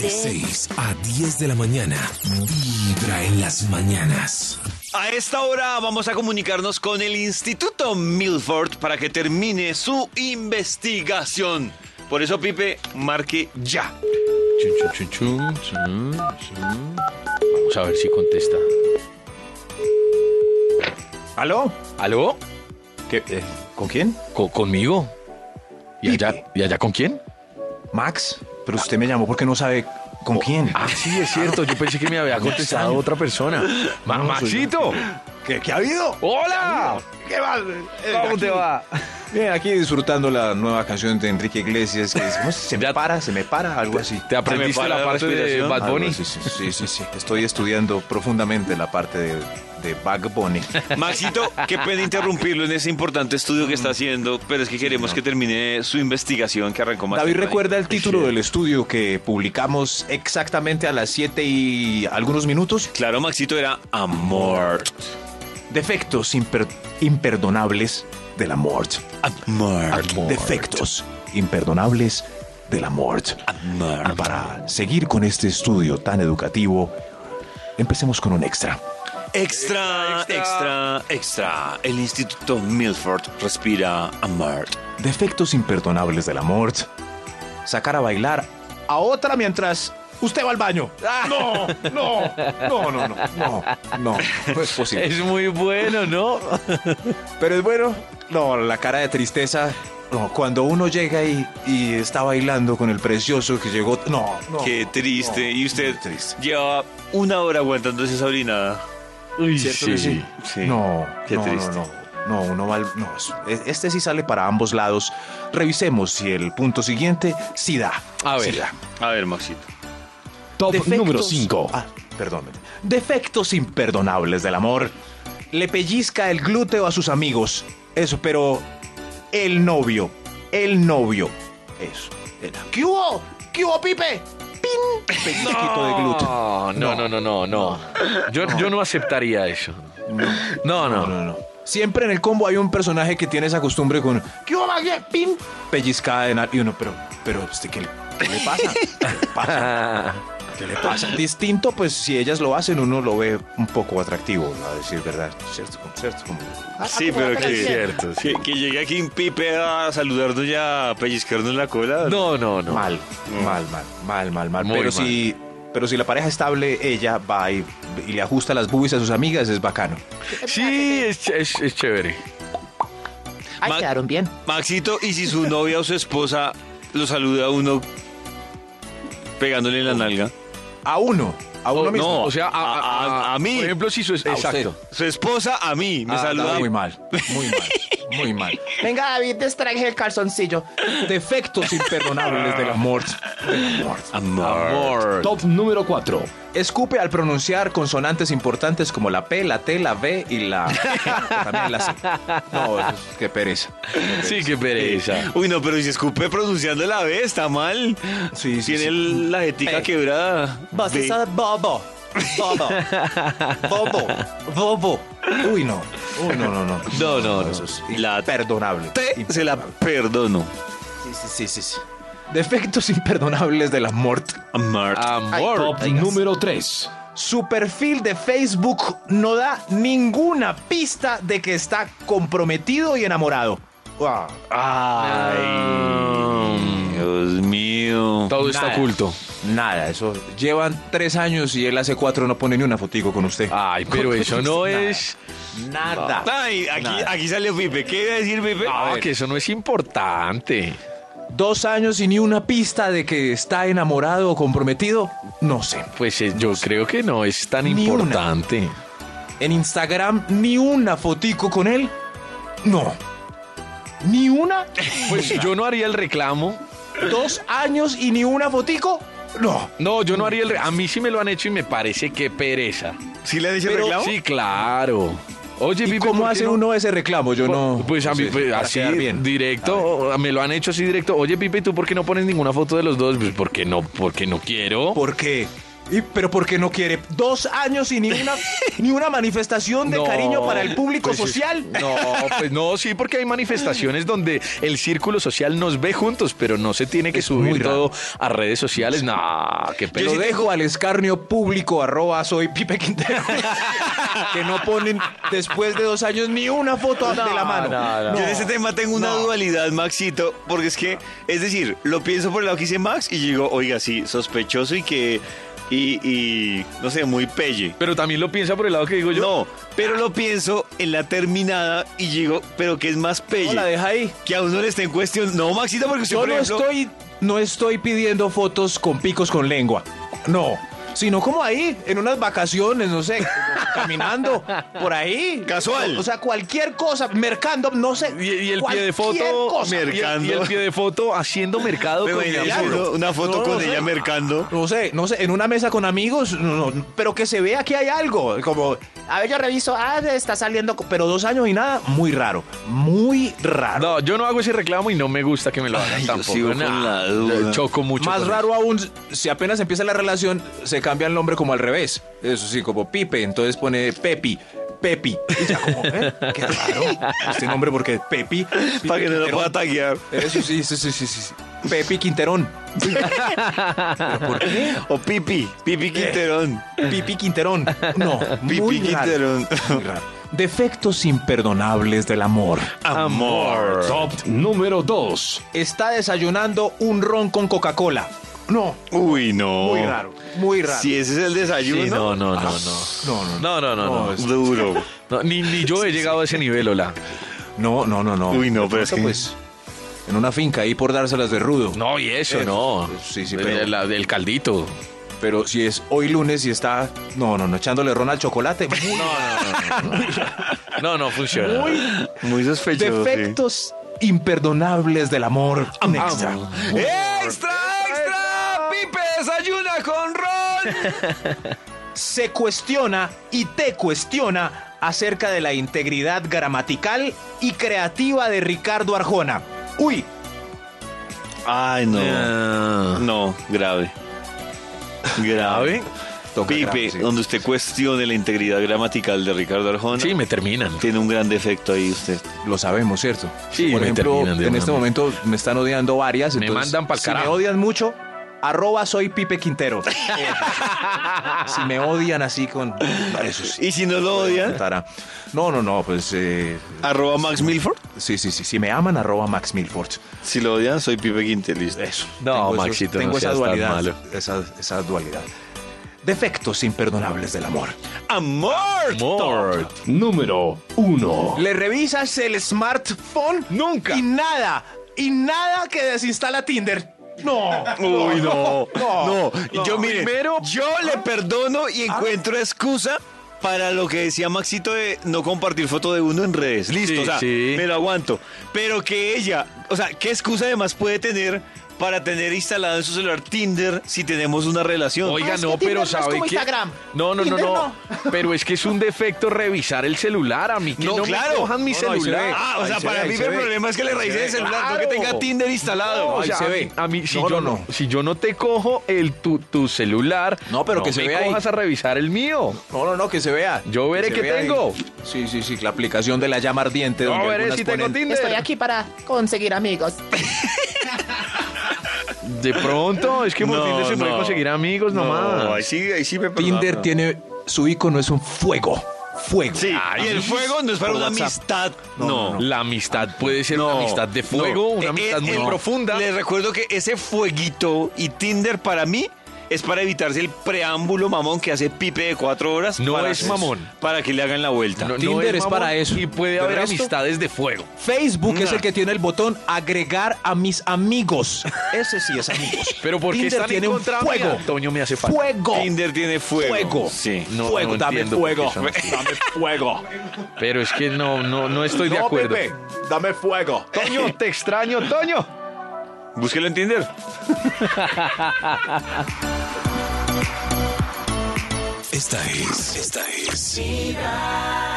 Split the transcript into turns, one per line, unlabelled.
De 6 a 10 de la mañana, vibra en las mañanas.
A esta hora vamos a comunicarnos con el Instituto Milford para que termine su investigación. Por eso, Pipe, marque ya.
Chun, chun, chun, chun, chun, chun. Vamos a ver si contesta.
¿Aló?
¿Aló?
¿Qué, eh, ¿Con quién?
Co- ¿Conmigo? ¿Y allá, ¿Y allá con quién?
Max. Pero usted me llamó porque no sabe con quién.
Ah, sí, es cierto. Yo pensé que me había contestado.
otra persona.
Ma- ¡Maxito!
¿Qué, qué ha habido?
¡Hola!
¿Qué va?
Oh, ¿Cómo te va?
Bien, aquí disfrutando la nueva canción de Enrique Iglesias que es, ¿cómo es? se me
Ya-
para, se me para, algo así.
¿Te aprendiste
para
la
la
parte de
respiración.
Bad
Algo
Bunny?
así, Ah, sí, sí, sí, sí. Estoy estudiando profundamente la parte de, de Bug Bunny.
Maxito, qué pena interrumpirlo en ese importante estudio que está haciendo, pero es que queremos que termine su investigación que arrancó más.
David
temprano.
recuerda el título del estudio que publicamos exactamente a las 7 y algunos minutos.
Claro, Maxito era amor.
Defectos imper- imperdonables del amor.
Amor.
Defectos imperdonables del amor. Y para seguir con este estudio tan educativo, empecemos con un extra.
Extra, extra, extra. El Instituto Milford respira amor.
Defectos imperdonables del amor. Sacar a bailar a otra mientras usted va al baño. No, no, no, no, no, no, no, no es posible.
Es muy bueno, ¿no?
Pero es bueno. No, la cara de tristeza. No, cuando uno llega y, y está bailando con el precioso que llegó. No, no.
Qué triste.
no,
y usted
muy Oh, triste.
lleva una hora aguantándose esa orinada.
Uy,
¿Cierto que sí?
Sí.
No,
Qué
no,
triste.
no, no. No, uno va al- no, es- este sí sale para ambos lados. Revisemos si el punto siguiente sí da.
A ver.
sí da.
A ver, Maxito.
Top
Defectos-
número 5.
Ah, perdón. Defectos imperdonables del amor. Le pellizca el glúteo a sus amigos. Eso, pero el novio. El novio. Eso. Eh, ¿Qué hubo? ¿Qué hubo, Pipe? ¡Pin! Pellizquito de glúteo.
No, no, no, no, no. no. Yo, yo no aceptaría eso. No,
No,
no.
no, no. Siempre en el combo hay un personaje que tiene esa costumbre con ¿Qué hubo, Maguire? ¡Pin! Pellizcada de nada. Y uno, pero, pero, ¿usted qué le, qué le pasa? ¿Qué le pasa? ¿Qué le pasa? Distinto, pues si ellas lo hacen, uno lo ve un poco atractivo, a decir verdad. Cierto, como- cierto, como-
Sí, pero que,
Cierto, sí.
que, que llegue aquí un pipe a saludarnos y a pellizcarnos la cola.
No, no, no.
Mal, mal, mal, mal, mal, mal.
Muy mal.
pero si. Pero si la pareja estable, ella va y, y le ajusta las boobies a sus amigas, es bacano.
Sí, es, ch- es- es chévere.
Ahí
Ma-
quedaron bien.
Maxito, ¿y si su novia o su esposa lo saluda a uno pegándole en la nalga?
A uno, a uno
O-
mismo.
Oh, no, o sea, a,
A- a- a mí.
Por ejemplo, si su es,
A
exacto.
Su esposa a mí me
Ah,
saluda.
Muy mal, muy mal, muy mal.
Venga, David, destraje el calzoncillo.
Defectos imperdonables del amor. Del amor.
Amor.
Top número 4.
Escupe al pronunciar consonantes importantes como la P, la T, la B y la. También la C. No, eso es- qué pereza.
Sí, qué pereza.
Uy, no, pero si escupe pronunciando la B, está mal.
Sí, sí,
Tiene
sí.
el- la jetica
Eh.
quebrada.
Vas
B.
a bobo. Bobo. Bobo. Bobo. Uy, no. Uy, no, no, no.
No, no, no.
Eso es
La-
imperdonable.
Te se la perdono.
Sí, sí, sí, sí, sí. Defectos imperdonables de la mort.
Amor.
Amor.
Top número 3.
Su perfil de Facebook no da ninguna pista de que está comprometido y enamorado. Ah,
Ay.
Dios mío.
Todo está
Nada.
oculto.
Nada, eso. Llevan tres años y él hace cuatro no pone ni una fotico con usted.
Ay, pero eso no
Nada.
es.
Nada.
Ay, aquí, aquí salió Pipe. ¿Qué iba a decir Pipe?
Ah,
ver.
que eso no es importante.
Dos años y ni una pista de que está enamorado o comprometido. No sé.
Pues eh, yo creo que no es tan
Ni una.
importante.
En Instagram ni una fotico con él. No. Ni una.
Pues yo no haría el reclamo.
Dos años y ni una fotico. No.
No, yo no haría el. re-
pues.
A mí sí me lo han hecho y me parece que pereza.
¿Sí le han hecho
Pero-
reclamo?
Sí, claro. Oye,
¿Y
Pipe,
cómo
¿por qué
hace
no?
uno ese reclamo? Yo no.
Pues a
no
mí,
sé,
pues,
para
así,
quedar bien.
directo, me lo han hecho así directo. Oye, Pipe, ¿y tú por qué no pones ninguna foto de los dos? Pues porque no, porque no quiero.
¿Por qué? Y- pero porque no quiere dos años y ni una, ni una manifestación de
No,
cariño para el público
pues es-
social.
No, pues no, sí, porque hay manifestaciones donde el círculo social nos ve juntos, pero no se tiene que subir todo a redes sociales. No, qué
Yo
pena.
lo dejo al escarnio público arroba soy Pipe Quintero. que no ponen después de dos años ni una foto de la mano.
no, no.
Yo en este tema tengo una dualidad, Maxito, porque es que, es decir, lo pienso por el lado que dice Max y digo, oiga, sí, sospechoso y que, y, y, no sé, muy pelle.
Pero también lo piensa por el lado que
Pues
digo yo.
No, pero lo pienso en la terminada y digo, pero que es más pelle.
No, la deja ahí.
Que a uno le esté en cuestión. No, Maxito, porque usted,
Yo
por
no
ejemplo,
estoy, no estoy pidiendo fotos con picos con lengua. No. Sino como ahí, en unas vacaciones, no sé, como caminando por ahí.
Casual.
O, sea, cualquier cosa, mercando, no sé.
Y, y el pie de
cualquier
foto,
cosa.
y el- y, el
mercando.
pie de foto haciendo mercado
me
con mi
imaginé
abuelo.
haciendo una foto
No,
con
no sé.
ella mercando.
No sé, no sé, en una mesa con amigos, no, no, pero que se vea que hay algo. Como,
A ver, yo reviso. Ah, está saliendo. co-
pero dos años y nada, muy raro. Muy raro.
No, yo no hago ese reclamo y no me gusta que me lo hagan
Ay, yo
tampoco.
sigo con
Nah,
la duda.
Choco mucho.
Más
con
raro aún, si apenas empieza la relación, se cambia el nombre como al revés. Eso sí, como Pipe, entonces pone Pepi. Pepi. Y ya como, ¿eh? Qué raro. Este nombre porque Pepi.
Para que no lo
Quinterón.
pueda taguear.
Eso sí, sí, sí, sí, sí. sí. Pepi Quinterón. ¿Pero por qué?
O Pipi,
Eh.
Pipi Quinterón.
Pipi Quinterón. No,
Pipi
muy raro,
Quinterón.
muy raro. Defectos imperdonables del amor.
Amor.
Top número 2.
Está desayunando un ron con Coca-Cola. No,
Uy, no.
muy raro, muy raro.
Si ese es el
Sí,
desayuno,
no, no, no, no.
No, no, no.
Ah, No, no, no, no.
es-
duro.
No, ni, ni yo he llegado a ese nivel, Ola.
No, no, no, no.
Uy, no,
De
pero es
pronto,
que-
pues en una finca ahí por dárselas de rudo.
No, y eso, no.
Sí, sí,
El-
pero-
el- el caldito.
Pero si es hoy lunes y está, no, no, no, echándole ron al chocolate. Muy-
No, no funciona.
Muy sospechoso. sí.
Defectos imperdonables del amor. Next.
¡Extra, extra! ¡Pipe desayuna con Ron!
Se cuestiona y te cuestiona acerca de la integridad gramatical y creativa de Ricardo Arjona. Uy,
Ay, no. No, grave. Grave.
Toca
Pipe,
grave, sí.
donde usted cuestione la integridad gramatical de Ricardo Arjona.
Sí, me terminan.
Tiene un gran defecto ahí usted.
lo sabemos, ¿cierto?
Sí,
Por
me
ejemplo,
terminan de
en
una
este
vez.
momento me están odiando varias.
Me
entonces,
mandan pa'l
Si me
carajo.
odian mucho, arroba soy Pipe Quintero. si me odian así con... Eso sí.
Y si no lo odia,
Tara. No, no, no, pues... eh,
arroba Max Milford.
sí, sí, sí. Si me aman, arroba Max Milford.
Si lo odian, soy Pipe Quintel. listo.
Eso.
No,
eso-
Maxito, no
Tengo esa
seas tan
dualidad.
malo.
Esa, esa dualidad. Defectos imperdonables del amor.
¡Amor!
Mort.
Número 1.
Le revisas el smartphone.
Nunca.
Y nada. Y nada que desinstala Tinder. No.
Uy, no. No. Yo, mire,
Primero-
yo le
Ah.
perdono y encuentro excusa para lo que decía Maxito de no compartir foto de uno en redes. Listo,
Sí,
o sea,
sí.
me lo aguanto. Pero que ella, o sea, ¿qué excusa además puede tener para tener instalado en su celular Tinder si tenemos una relación?
Oiga,
Ah, es
no,
que Tinder no
pero
es
sabe
como
que.
Instagram.
No, no, no,
Tinder
no. Pero es que es un defecto revisar el celular. A mí que
No,
no,
claro.
me cojan mi
No, no, ahí se
celular.
ve.
Ah, o
Ahí
sea,
se
para
ve, ahí
mí
se
el
ve.
problema es que le revise el celular, no que
Claro.
tenga Tinder instalado.
No,
ahí
o sea,
se
a
ve.
mí- A mí, si,
No,
yo
no,
no,
no.
si yo no te cojo el, tu, tu celular,
No, pero que se
me
vea ahí.
cojas a revisar el mío.
No, no, no, que se vea.
Yo veré
se
qué
vea ahí.
tengo.
Sí, sí, sí, la aplicación de la llama ardiente.
Yo
donde
veré
algunas
si tengo
ponen-
Tinder.
Estoy aquí para conseguir amigos.
De pronto, es que por
No,
Tinder se puede
no.
conseguir amigos nomás.
ahí sí, ahí sí me perdona.
Tinder tiene su icono es un fuego, fuego. Ah,
Sí, y el fuego no es para
por
una
WhatsApp.
amistad.
No,
no.
no, no.
La amistad puede ser
No,
una amistad de
no.
fuego, una
Eh,
amistad
eh,
muy
eh,
profunda.
Les recuerdo que ese fueguito y Tinder para mí es para evitarse el preámbulo mamón que hace Pipe de cuatro horas.
No
para-
es mamón.
Para que le hagan la vuelta.
No, no
Tinder es
mamón
para eso.
Y puede
¿De
haber
resto?
amistades de fuego.
Facebook es
Nah.
el que tiene el botón agregar a mis amigos. Ese sí es amigos.
Pero ¿por qué
Tinder
están en
tiene un
contra mía?
fuego.
Antonio me hace falta.
Fuego.
Tinder tiene fuego.
Fuego.
Sí.
No,
fuego,
no
dame
entiendo
fuego.
por qué
Dame fuego.
Pero es que no, no, no estoy de
No,
acuerdo.
Pepe, dame fuego.
Toño, te extraño, Toño.
Búsquelo en Tinder.
Esta es, esta es